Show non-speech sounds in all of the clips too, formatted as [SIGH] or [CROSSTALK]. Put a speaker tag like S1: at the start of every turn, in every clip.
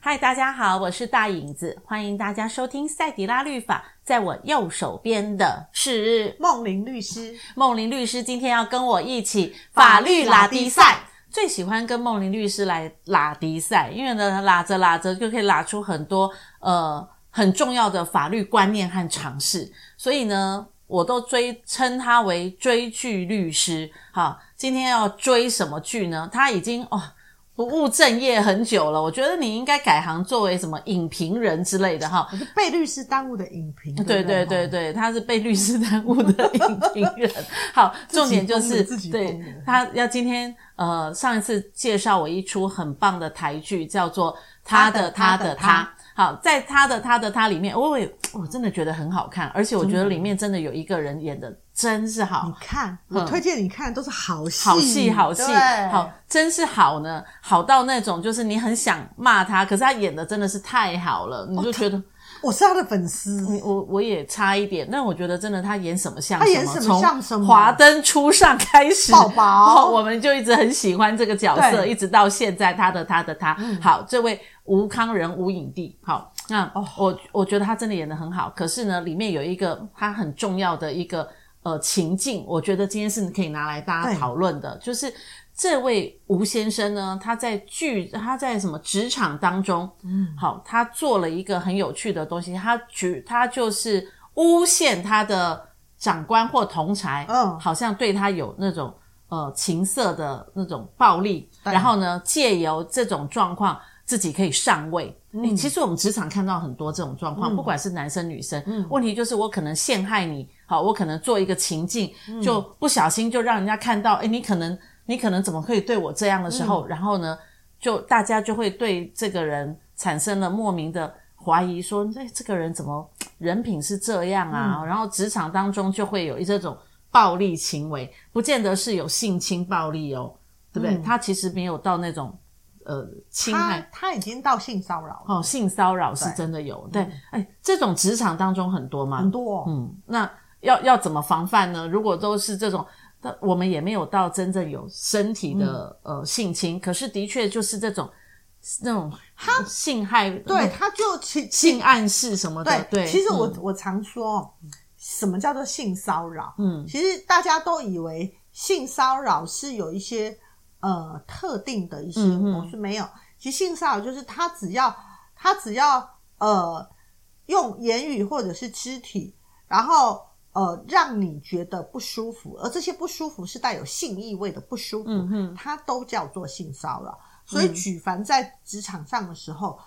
S1: 嗨，大家好，我是大影子，欢迎大家收听赛迪拉律法。在我右手边的是
S2: 梦玲律师，
S1: 梦玲律师，今天要跟我一起
S2: 法律拉低赛。
S1: 最喜欢跟梦玲律师来拉低赛，因为呢，拉着拉着就可以拉出很多呃很重要的法律观念和常识，所以呢，我都追称他为追剧律师。好，今天要追什么剧呢？他已经哦。不务正业很久了，我觉得你应该改行作为什么影评人之类的哈。
S2: 我哦是被律师耽误的影评。
S1: 对
S2: 不
S1: 对对
S2: 哈
S1: 对，他是被律师耽误的影评人。好，重点就
S2: [LAUGHS]
S1: 是
S2: 自己疯了自己
S1: 对
S2: 疯了
S1: 他要今天呃上一次介绍我一出很棒的台剧，叫做《他的他
S2: 他
S1: 的
S2: 的
S1: 他》。好，在他的他的他里面，我也我真的觉得很好看，而且我觉得里面真的有一个人演的真是好
S2: 哦你，看，我推荐你看的都是好嗯戏，
S1: 嗯好戏好戏
S2: 对
S1: 好，真是好呢，好到那种就是你很想骂他，可是他演的真的是太好了，
S2: 哦
S1: 你就觉得、
S2: 我是他的粉丝，
S1: 你我我也差一点，但我觉得真的他演什么像
S2: 他演
S1: 什
S2: 什么
S1: 从
S2: 像什么
S1: 华灯初上开始，
S2: 宝宝
S1: 我们就一直很喜欢这个角色，
S2: 对
S1: 一直到现在他的他的他。好，这位吴康仁吴影帝，好，那我我觉得他真的演的很好，可是呢，里面有一个他很重要的一个呃情境，我觉得今天是可以拿来大家
S2: 对
S1: 讨论的，就是。这位吴先生呢，他在剧他在什么职场当中，好，他做了一个很有趣的东西，他举他就是诬陷他的长官或同才，
S2: 嗯
S1: 好像对他有那种呃情色的那种暴力，
S2: 对
S1: 然后呢，借由这种状况自己可以上位。
S2: 嗯
S1: 诶其实我们职场看到很多这种状况，不管是男生女生，
S2: 嗯
S1: 问题就是我可能陷害你，好，我可能做一个情境，
S2: 嗯
S1: 就不小心就让人家看到，哎，你可能你可能怎么可以对我这样的时
S2: 嗯
S1: 候，然后呢，就大家就会对这个人产生了莫名的怀疑，说，哎，这个人怎么人品是这样啊？
S2: 嗯
S1: 然后职场当中就会有这种暴力行为，不见得是有性侵暴力哦，对不对？他其实没有到那种呃侵
S2: 嗯他
S1: 害。
S2: 他已经到性骚扰了，
S1: 哦，性骚扰是
S2: 对嗯
S1: 真的有，对，哎，这种职场当中很多嘛，
S2: 很多哦，
S1: 嗯，那要要怎么防范呢？如果都是这种，那我们也没有到真正有身体的、呃性侵，可是的确就是这种那种性害
S2: 对，他就其
S1: 性暗示什么的，
S2: 对
S1: 对，
S2: 其实我
S1: 嗯
S2: 我常说，什么叫做性骚扰？
S1: 嗯
S2: 其实大家都以为性骚扰是有一些呃特定的一些，
S1: 嗯嗯
S2: 我是没有。其实性骚扰就是他只要他只要呃用言语或者是肢体，然后呃让你觉得不舒服，而这些不舒服是带有性意味的不舒服，
S1: 嗯哼
S2: 它都叫做性骚扰。
S1: 嗯
S2: 所以举凡在职场上的时候，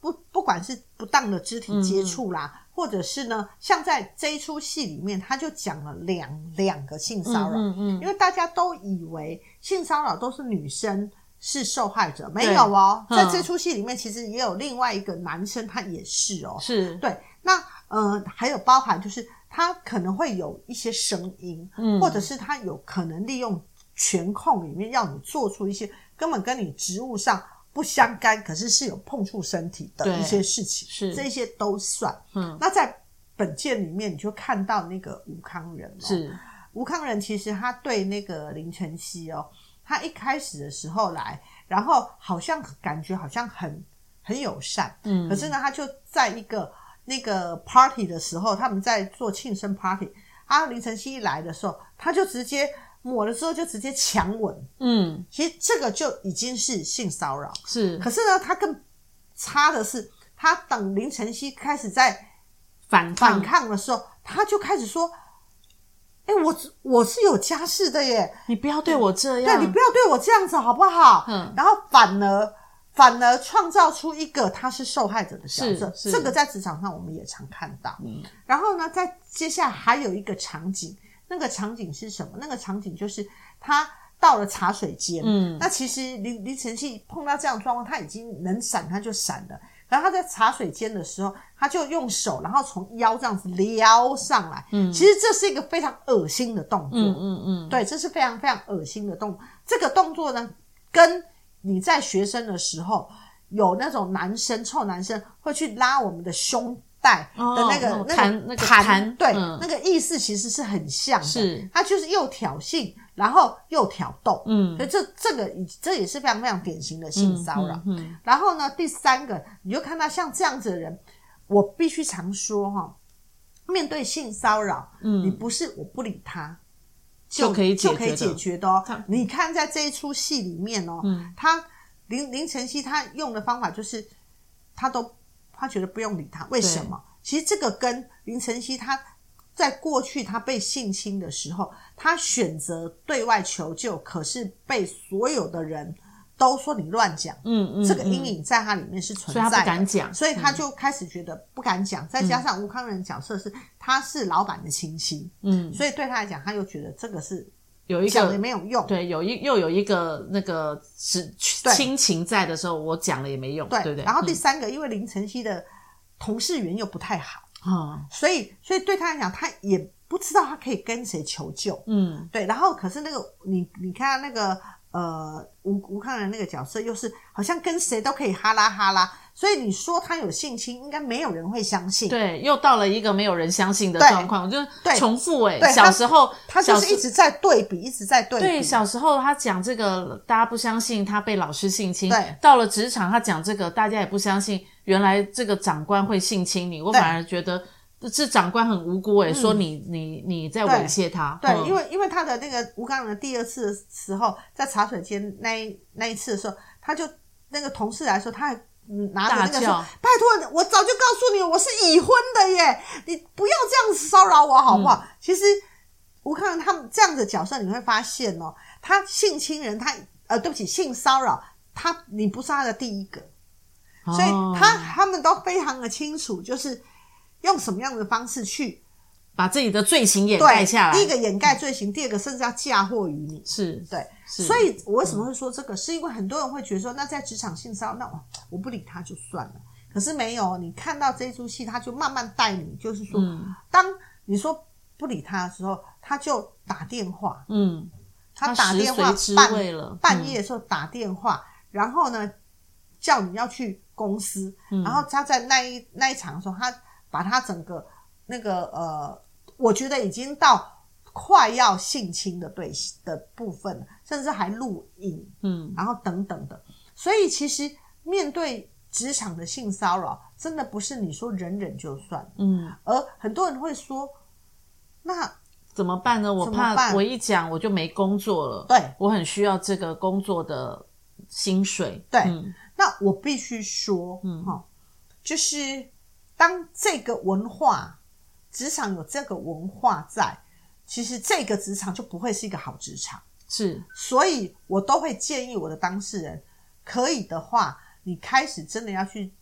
S2: 不不管是不当的肢体接触
S1: 嗯
S2: 啦，或者是呢，像在这一出戏里面，他就讲了两两个性骚扰，
S1: 嗯嗯嗯
S2: 因为大家都以为性骚扰都是女生。是受害者没有哦，
S1: 嗯
S2: 在这出戏里面，其实也有另外一个男生，他也是哦。
S1: 是
S2: 对，那呃，还有包含就是他可能会有一些声音，
S1: 嗯
S2: 或者是他有可能利用权控里面要你做出一些根本跟你职务上不相干，可是是有碰触身体的
S1: 对
S2: 一些事情，
S1: 是
S2: 这些都算。
S1: 嗯
S2: 那在本件里面，你就看到那个吴康仁、哦，
S1: 是
S2: 吴康仁其实他对那个林晨曦哦，他一开始的时候来，然后好像感觉好像很很友善，
S1: 嗯
S2: 可是呢，他就在一个那个 party 的时候，他们在做庆生 party，啊，林晨曦一来的时候，他就直接抹了之后就直接强吻，
S1: 嗯
S2: 其实这个就已经是性骚扰，
S1: 是
S2: 可是呢，他更差的是，他等林晨曦开始在
S1: 反
S2: 反
S1: 抗，
S2: 抗的时候，他就开始说：“哎、我我是有家室的耶，
S1: 你不要对我这
S2: 对
S1: 样，
S2: 你不要对我这样子好不好？”
S1: 嗯
S2: 然后反而反而创造出一个他是受害者的角色，
S1: 是是嗯
S2: 这个在职场上我们也常看到。然后呢，在接下来还有一个场景，那个场景是什么？那个场景就是他。到了茶水间，
S1: 嗯
S2: 那其实林林晨曦碰到这样的状况，他已经能闪他就闪了。然后他在茶水间的时候，他就用手，然后从腰这样子撩上来。嗯，其实这是一个非常恶心的动作。
S1: 嗯嗯嗯，
S2: 对，这是非常非常恶心的动作。这个动作呢，跟你在学生的时候有那种男生臭男生会去拉我们的胸带的
S1: 哦
S2: 那个、
S1: 那种
S2: 那
S1: 弹那
S2: 个
S1: 个弹
S2: 对、
S1: 嗯
S2: 那个意思其实是很像的。
S1: 是
S2: 它就是又挑衅，然后又挑逗，
S1: 嗯
S2: 所以这这个已这也是非常非常典型的性骚扰。
S1: 嗯嗯
S2: 然后呢，第三个，你就看到像这样子的人，我必须常说哈、面对性骚扰，
S1: 嗯
S2: 你不是我不理他。
S1: 就可以解
S2: 就
S1: 决的
S2: 可以解决的哦
S1: 他。
S2: 你看，在这一出戏里面哦，
S1: 嗯
S2: 他林林晨曦他用的方法就是，他都他觉得不用理他，为什么？其实这个跟林晨曦他在过去他被性侵的时候，他选择对外求救，可是被所有的人都说你乱讲，
S1: 嗯嗯，
S2: 这个阴影在他里面是存
S1: 啊所以
S2: 在
S1: 他
S2: 的，
S1: 不敢嗯讲
S2: 所以他就开始觉得不敢讲。再加上吴康仁的角色是他是老板的亲戚，
S1: 嗯
S2: 所以对他来讲，他又觉得这个是
S1: 有一
S2: 讲了
S1: 个
S2: 也没有用，
S1: 对，有一又有一个那个是
S2: 对
S1: 亲情在的时候，我讲了也没用，对
S2: 对
S1: 不对？嗯
S2: 然后第三个，因为林晨曦的同事缘又不太好，
S1: 嗯
S2: 所以所以对他来讲，他也不知道他可以跟谁求救。
S1: 嗯
S2: 对，然后可是那个你你看那个呃吴吴康仁那个角色，又是好像跟谁都可以哈拉哈拉，所以你说他有性侵，应该没有人会相信。
S1: 对，又到了一个没有人相信的
S2: 对
S1: 状况，就是
S2: 对
S1: 重复哎、
S2: 对他
S1: 小时候
S2: 他就
S1: 小
S2: 是一
S1: 时
S2: 直在对比，一直在对比。
S1: 对小时候他讲这个，大家不相信他被老师性侵，
S2: 对
S1: 到了职场他讲这个，大家也不相信，原来这个长官会性侵你，我
S2: 对
S1: 反而觉得这长官很无辜哎、说你你你在
S2: 对
S1: 猥亵他，
S2: 对，
S1: 嗯
S2: 因为因为他的那个吴刚的第二次的时候，在茶水间那一那一次的时候，他就那个同事来说，他还嗯拿着
S1: 大
S2: 那个
S1: 叫
S2: 说：“拜托，我早就告诉你，我是已婚的耶，你不要这样子骚扰我好不
S1: 嗯
S2: 好？”其实吴康仁他们这样的角色，你会发现哦，他性侵人，他呃，对不起，性骚扰他，你不是他的第一个，所以
S1: 哦
S2: 他、他们都非常的清楚，就是用什么样的方式去
S1: 把自己的罪行掩盖
S2: 对，
S1: 下来，
S2: 第一个掩盖罪行，第二个甚至要嫁祸于你。
S1: 是
S2: 对，
S1: 是
S2: 所以我为什么会说这个？是因为很多人会觉得说，那在职场性骚扰，那我我不理他就算了。可是没有，你看到这一出戏，他就慢慢带你，就是说，
S1: 嗯
S2: 当你说不理他的时候，他就打电话，
S1: 嗯。他
S2: 打
S1: 食
S2: 电话
S1: 髓知
S2: 半
S1: 味了嗯
S2: 半夜的时候打电话，然后呢叫你要去公司，然后他在那一那一场的时候，他把他整个那个呃，我觉得已经到快要性侵的对的部分了，甚至还录影，
S1: 嗯，
S2: 然后等等的，所以其实面对职场的性骚扰，真的不是你说忍忍就算，
S1: 嗯，
S2: 而很多人会说，那
S1: 怎么办呢？我
S2: 怎么
S1: 怕
S2: 办
S1: 我一讲我就没工作了。
S2: 对
S1: 我很需要这个工作的薪水。
S2: 对
S1: 嗯
S2: 那我必须说，嗯，哈、就是当这个文化职场有这个文化在，其实这个职场就不会是一个好职场。
S1: 是，
S2: 所以我都会建议我的当事人，可以的话，你开始真的要去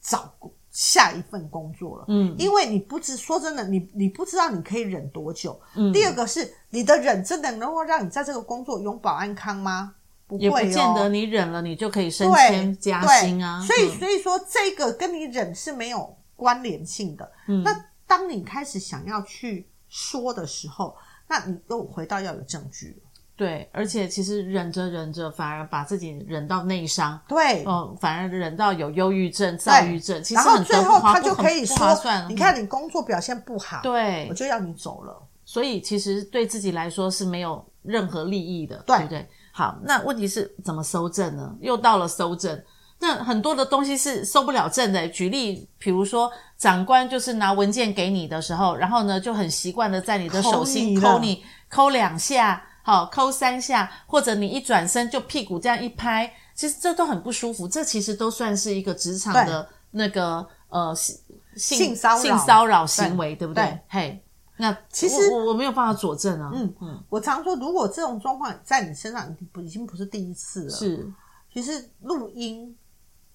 S2: 找下一份工作了。
S1: 嗯
S2: 因为你不知说真的，你你不知道你可以忍多久。
S1: 嗯
S2: 第二个是你的忍真的能够让你在这个工作永保安康吗？不会、
S1: 也
S2: 哦，
S1: 不见得你忍了你就可以升
S2: 对
S1: 迁加薪啊。
S2: 对所以
S1: 嗯
S2: 所以说这个跟你忍是没有关联性的。
S1: 嗯
S2: 那当你开始想要去说的时候，那你又回到要有证据了。
S1: 对，而且其实忍着忍着，反而把自己忍到内伤。
S2: 对，
S1: 哦，反而忍到有忧郁症、躁
S2: 对
S1: 郁症，其实
S2: 然后
S1: 很
S2: 最
S1: 得不
S2: 后
S1: 划
S2: 他
S1: 不
S2: 就
S1: 很
S2: 可以
S1: 不
S2: 说
S1: 划算。：“嗯
S2: 你看你工作表现不好，
S1: 对
S2: 我就要你走了。
S1: 所以其实对自己来说是没有任何利益的，
S2: 对
S1: 不对？好，那问题是怎么搜证呢？又到了搜证，那很多的东西是搜不了证的。举例，比如说长官就是拿文件给你的时候，然后呢就很习惯的在你的手心抠
S2: 抠你了
S1: 你，抠两下，好，抠三下，或者你一转身就屁股这样一拍，其实这都很不舒服。这其实都算是一个职场
S2: 对
S1: 的那个呃性
S2: 性骚扰
S1: 性骚扰行为，对不对
S2: 对？
S1: 嘿。那
S2: 其实
S1: 我我我没有办法佐证啊，嗯嗯，”
S2: 我常说，如果这种状况在你身上已经不已经不是第一次了，
S1: 是
S2: 其实录音，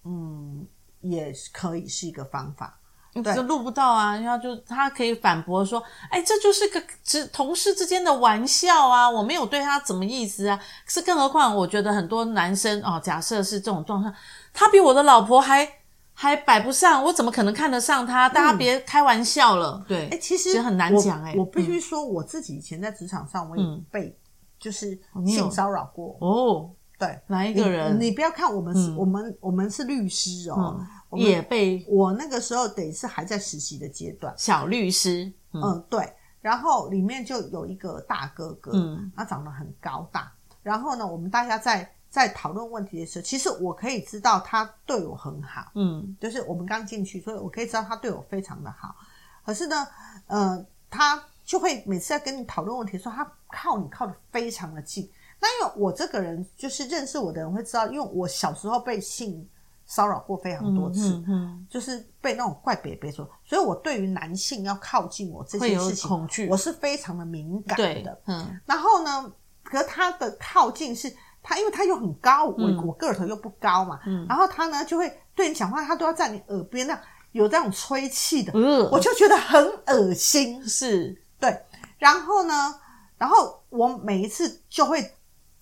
S2: 嗯，也是可以是一个方法。对
S1: 就录不到啊，然后就他可以反驳说，哎，这就是个只同事之间的玩笑啊，我没有对他怎么意思啊。可是更何况，我觉得很多男生哦，假设是这种状况，他比我的老婆还还摆不上，我怎么可能看得上他？大家别开玩笑了，对，
S2: 嗯哎、其实
S1: 其实很难
S2: 我
S1: 讲哎嗯
S2: 我必须说，我自己以前在职场上，我也被、就是
S1: 你有
S2: 性骚扰过。
S1: 哦，
S2: 对，
S1: 哪一个人
S2: 你？你不要看我们是、我们我们是律师哦，
S1: 嗯
S2: 我们
S1: 也被
S2: 我那个时候等于是还在实习的阶段。
S1: 小律师，嗯
S2: 嗯，对。然后里面就有一个大哥哥，
S1: 嗯，
S2: 他长得很高大。然后呢，我们大家在在讨论问题的时候，其实我可以知道他对我很好，
S1: 嗯
S2: 就是我们刚进去，所以我可以知道他对我非常的好。可是呢，呃，他就会每次在跟你讨论问题的时候，他靠你靠的非常的近。那因为我这个人就是认识我的人会知道，因为我小时候被性骚扰过非常多次，
S1: 嗯嗯
S2: 就是被那种怪北北说，所以我对于男性要靠近我这
S1: 会
S2: 件
S1: 有
S2: 事情，
S1: 恐惧
S2: 我是非常的敏感
S1: 对
S2: 的。，
S1: 嗯
S2: 然后呢，可是他的靠近是他，因为他又很高，我、
S1: 嗯
S2: 我个头又不高嘛，然后他呢就会对你讲话，他都要在你耳边那样有那种吹气的，
S1: 呃，
S2: 我就觉得很恶心。
S1: 是
S2: 对，然后呢，然后我每一次就会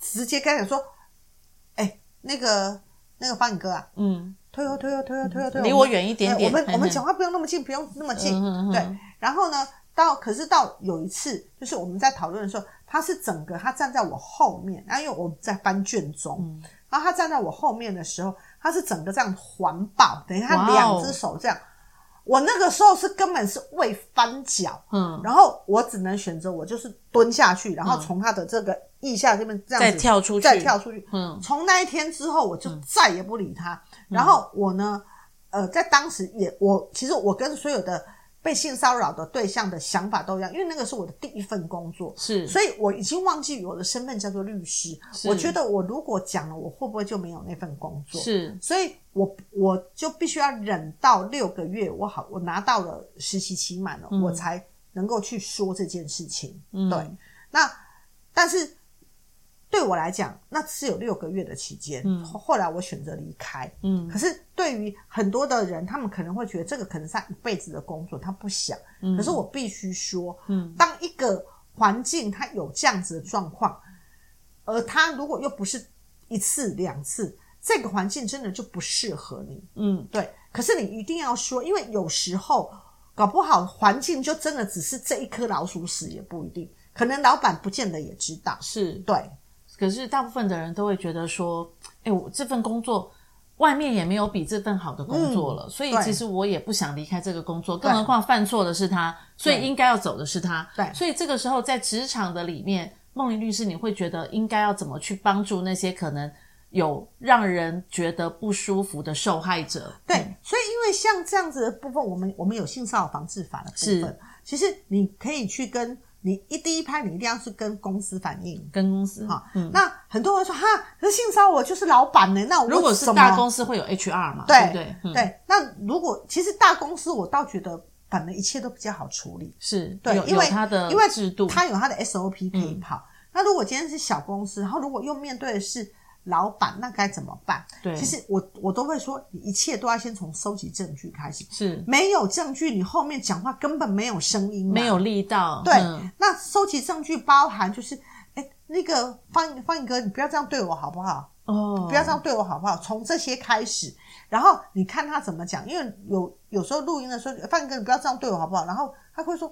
S2: 直接跟他讲说，哎、那个那个方宇哥啊，
S1: 嗯
S2: 推哦推哦推哦推哦推哦，
S1: 离我
S2: 们
S1: 远一点
S2: 对
S1: 点
S2: 我们我
S1: 嗯
S2: 们
S1: 哼
S2: 讲话不用那么近，不用那么近。
S1: 嗯哼嗯哼
S2: 对，然后呢，到可是到有一次，就是我们在讨论的时候，他是整个他站在我后面，然后因为我们在翻卷宗，
S1: 嗯
S2: 然后他站在我后面的时候，他是整个这样环抱，等于他
S1: 哇哦
S2: 两只手这样。我那个时候是根本是未翻脚，
S1: 嗯，
S2: 然后我只能选择我就是蹲下去，然后从他的这个腋下这边这样子
S1: 再跳出去
S2: 再跳出去。
S1: 嗯
S2: 从那一天之后，我就再也不理他。然后我呢，呃，在当时也我其实我跟所有的被性骚扰的对象的想法都一样，因为那个是我的第一份工作，
S1: 是，
S2: 所以我已经忘记我的身份叫做律师。
S1: 是
S2: 我觉得我如果讲了，我会不会就没有那份工作？
S1: 是
S2: 所以我我就必须要忍到六个月，我好我拿到了实习期满了，我才能够去说这件事情。
S1: 嗯
S2: 对，那但是对我来讲，那是有六个月的期间。
S1: 嗯
S2: 后后来我选择离开。
S1: 嗯
S2: 可是对于很多的人，他们可能会觉得这个可能是他一辈子的工作，他不想。可是我必须说，
S1: 嗯
S2: 当一个环境它有这样子的状况，而他如果又不是一次两次，这个环境真的就不适合你。
S1: 嗯
S2: 对，可是你一定要说，因为有时候搞不好环境就真的只是这一颗老鼠屎也不一定，可能老板不见得也知道。
S1: 是，
S2: 对，
S1: 可是大部分的人都会觉得说，哎，我这份工作。外面也没有比这份好的工作了，所以
S2: 对
S1: 其实我也不想离开这个工作，
S2: 嗯对
S1: 更何况犯错的是他，所以应该要走的是他。
S2: 对
S1: 所以这个时候在职场的里面，梦玲律师，你会觉得应该要怎么去帮助那些可能有让人觉得不舒服的受害者？
S2: 对，所以因为像这样子的部分，我们我们有性骚扰防治法的部
S1: 是
S2: 分，其实你可以去跟你一第一拍，你一定要去跟公司反映。
S1: 跟公司
S2: 哈，那很多人说哈，可是性骚扰我就是老板呢、那我
S1: 如果
S2: 怎
S1: 是
S2: 么
S1: 大公司会有 HR 嘛，
S2: 对
S1: 不对？嗯，
S2: 对，那如果其实大公司，我倒觉得反正一切都比较好处理，
S1: 是，
S2: 对，
S1: 有
S2: 因为
S1: 有它的
S2: 因为
S1: 制度，嗯
S2: 它有它的 SOP 可以跑。那如果今天是小公司，然后如果又面对的是老板，那该怎么办？
S1: 对
S2: 其实我我都会说，你一切都要先从收集证据开始。
S1: 是
S2: 没有证据，你后面讲话根本没有声音、
S1: 没。有力道，
S2: 对，
S1: 嗯
S2: 那收集证据包含就是，哎，那个方方颖哥，你不要这样对我好不好？
S1: 哦，
S2: 不要这样对我好不好？从这些开始，然后你看他怎么讲，因为有有时候录音的时候，范哥你不要这样对我好不好？然后他会说，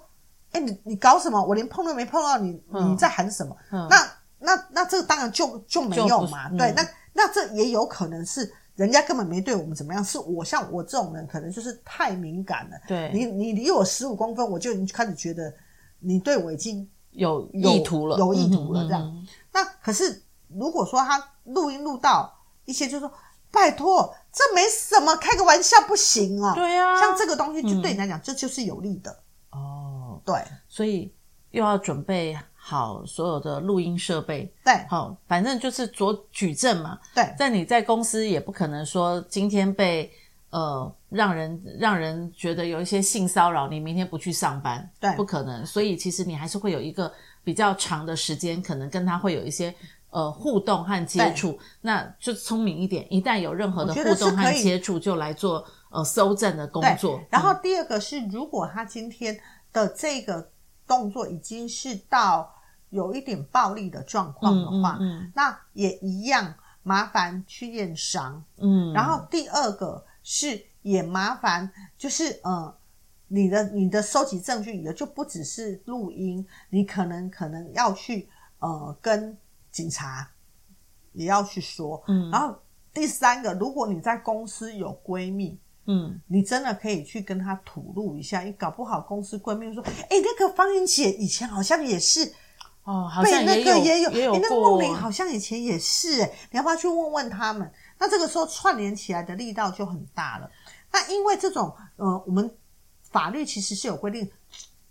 S2: 哎、你你搞什么？我连碰都没碰到你，
S1: 嗯
S2: 你在喊什么？
S1: 嗯
S2: 那那那这个当然就就没有嘛，
S1: 就不是
S2: 对，
S1: 嗯
S2: 那那这也有可能是。人家根本没对我们怎么样，是我像我这种人，可能就是太敏感了。
S1: 对
S2: 你，你离我十五公分，我就已经开始觉得你对我已经
S1: 有
S2: 有
S1: 意图了，
S2: 有意图了
S1: 嗯哼
S2: 这样。
S1: 嗯哼
S2: 那可是如果说他录音录到一些，就说拜托，这没什么，开个玩笑不行哦。
S1: 对啊
S2: 像这个东西就对你来讲，这就是有利的。
S1: 哦，
S2: 对
S1: 所以又要准备好所有的录音设备，
S2: 对
S1: 好，反正就是做举证嘛。
S2: 对
S1: 但你在公司也不可能说今天被呃让人让人觉得有一些性骚扰，你明天不去上班，
S2: 对
S1: 不可能。所以其实你还是会有一个比较长的时间，可能跟他会有一些呃互动和接触。那就聪明一点，一旦有任何的
S2: 我觉
S1: 互
S2: 得
S1: 动
S2: 是可
S1: 和
S2: 以
S1: 接触，就来做呃搜证的工作
S2: 对。。然后第二个是，如果他今天的这个动作已经是到有一点暴力的状况的话，
S1: 嗯嗯嗯
S2: 那也一样麻烦去验伤。
S1: 嗯，
S2: 然后第二个是也麻烦，就是呃，你的你的收集证据也就不只是录音，你可能可能要去呃跟警察也要去说，
S1: 嗯
S2: 然后第三个，如果你在公司有闺蜜，
S1: 嗯，
S2: 你真的可以去跟他吐露一下，你搞不好公司闺蜜说，哎、那个方云姐以前好像也是
S1: 哦，好
S2: 被
S1: 像
S2: 那
S1: 也
S2: 个
S1: 有
S2: 也
S1: 也
S2: 有哎诶那个
S1: 过哦
S2: 梦玲好像以前也是、诶你要不要去问问他们？那这个时候串联起来的力道就很大了。那因为这种呃，我们法律其实是有规定，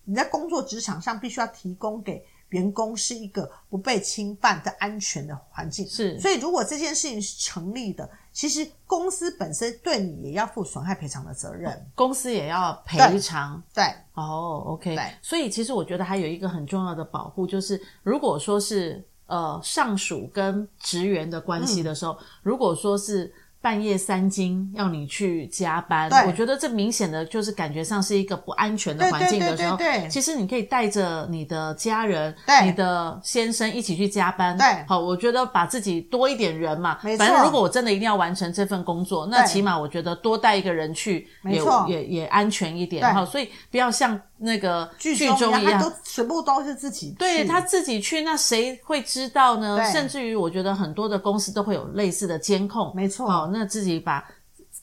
S2: 你在工作职场上必须要提供给员工是一个不被侵犯的安全的环境。
S1: 是
S2: 所以如果这件事情是成立的，其实公司本身对你也要负损害赔偿的责任。
S1: 公司也要赔
S2: 对
S1: 偿。
S2: 对，
S1: 哦，OK，
S2: 对
S1: 所以其实我觉得还有一个很重要的保护，就是如果说是呃上属跟职员的关系
S2: 嗯
S1: 的时候，如果说是半夜三更要你去加班
S2: 对，
S1: 我觉得这明显的就是感觉上是一个不安全的
S2: 对
S1: 环境
S2: 对
S1: 的时
S2: 对
S1: 候，
S2: 对对
S1: 其实你可以带着你的家人、
S2: 对
S1: 你的先生一起去加班，
S2: 对
S1: 好，我觉得把自己多一点人嘛，
S2: 没
S1: 反正
S2: 错
S1: 如果我真的一定要完成这份工作，那
S2: 对
S1: 起码我觉得多带一个人去
S2: 没错
S1: 也也也安全一点
S2: 对
S1: 哈，所以不要像那个剧
S2: 剧
S1: 中一
S2: 他
S1: 样
S2: 都。全部都是自己去
S1: 对他自己去，那谁会知道呢？
S2: 对
S1: 甚至于，我觉得很多的公司都会有类似的监控，
S2: 没错
S1: 哦，那自己把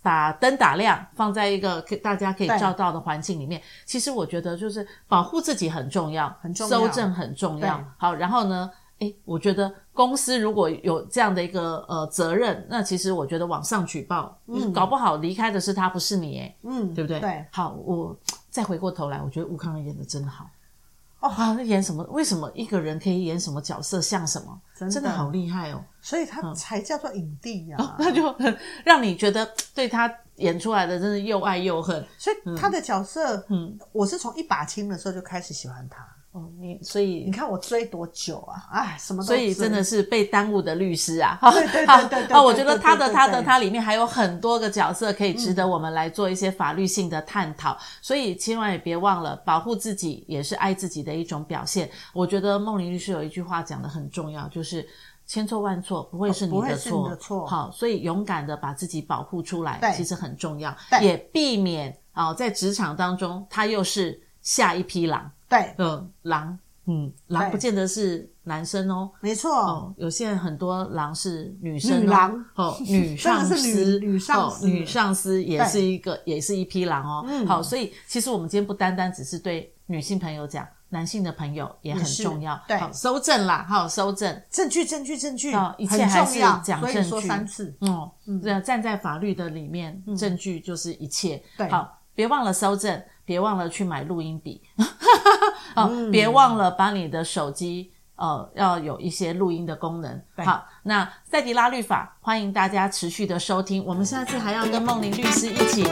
S1: 把灯打亮，放在一个可大家可以
S2: 对
S1: 照到的环境里面。其实我觉得就是保护自己很重要，
S2: 很重要
S1: 搜证很重要
S2: 对。
S1: 好，然后呢，诶，我觉得公司如果有这样的一个呃责任，那其实我觉得往上举报，嗯，搞不好离开的是他，不是你，诶。
S2: 嗯，
S1: 对不对？
S2: 对。
S1: 好，我再回过头来，我觉得吴康仁演的真好。
S2: 哦
S1: 啊，那演什么？为什么一个人可以演什么角色，像什么？
S2: 真
S1: 真
S2: 的
S1: 好厉害哦！
S2: 所以他才叫做影帝呀、
S1: 那就让你觉得对他演出来的真是又爱又恨。
S2: 所以他的角色，
S1: 嗯
S2: 我是从一把青的时候就开始喜欢他。
S1: 哦，你所
S2: 你
S1: 以
S2: 看我追多久啊？哎，什么都
S1: 所
S2: 追
S1: 以真的是被耽误的律师啊！
S2: 对对对
S1: 好
S2: 对对对
S1: 啊，我觉得
S2: 对对
S1: 他的
S2: 对嗯
S1: 他的
S2: 对
S1: 他里面还有很多个角色可以值得我们来做一些法律性的探讨，所以千万也别忘了保护自己也是爱自己的一种表现。我觉得梦玲律师有一句话讲的很重要，就是。千错万错不会是你
S2: 哦不会
S1: 的
S2: 是
S1: 错，
S2: 你的错
S1: 好，所以勇敢的把自己保护出来
S2: 对，
S1: 其实很重要，
S2: 对
S1: 也避免啊、在职场当中他又是下一批狼，
S2: 对，
S1: 呃，狼，嗯，狼
S2: 对
S1: 不见得是男生哦，
S2: 没错，
S1: 哦，有些人很多狼是女生、哦、
S2: 女狼 [LAUGHS]
S1: 哦，女上司
S2: 真的是女女上司
S1: 哦、女上司也
S2: 对
S1: 是一个也是一批狼哦。
S2: 嗯
S1: 好，所以其实我们今天不单单只是对女性朋友讲，男性的朋友也很
S2: 也是
S1: 重要。
S2: 对
S1: 好，搜证啦，好搜证。
S2: 证据，证据，证据，
S1: 哦一切
S2: 很
S1: 还
S2: 重
S1: 是
S2: 要。
S1: 讲
S2: 所以
S1: 证
S2: 说
S1: 据
S2: 三次，
S1: 哦，
S2: 嗯
S1: 对、站在法律的里面，证据就是一切。
S2: 对
S1: 好，别忘了搜证，别忘了去买录音
S2: [LAUGHS]
S1: 笔，哦，
S2: 嗯
S1: 别忘了把你的手机。呃，要有一些录音的功能。
S2: 对
S1: 好，那赛迪拉律法，欢迎大家持续的收听。我们下次还要跟梦玲律师一起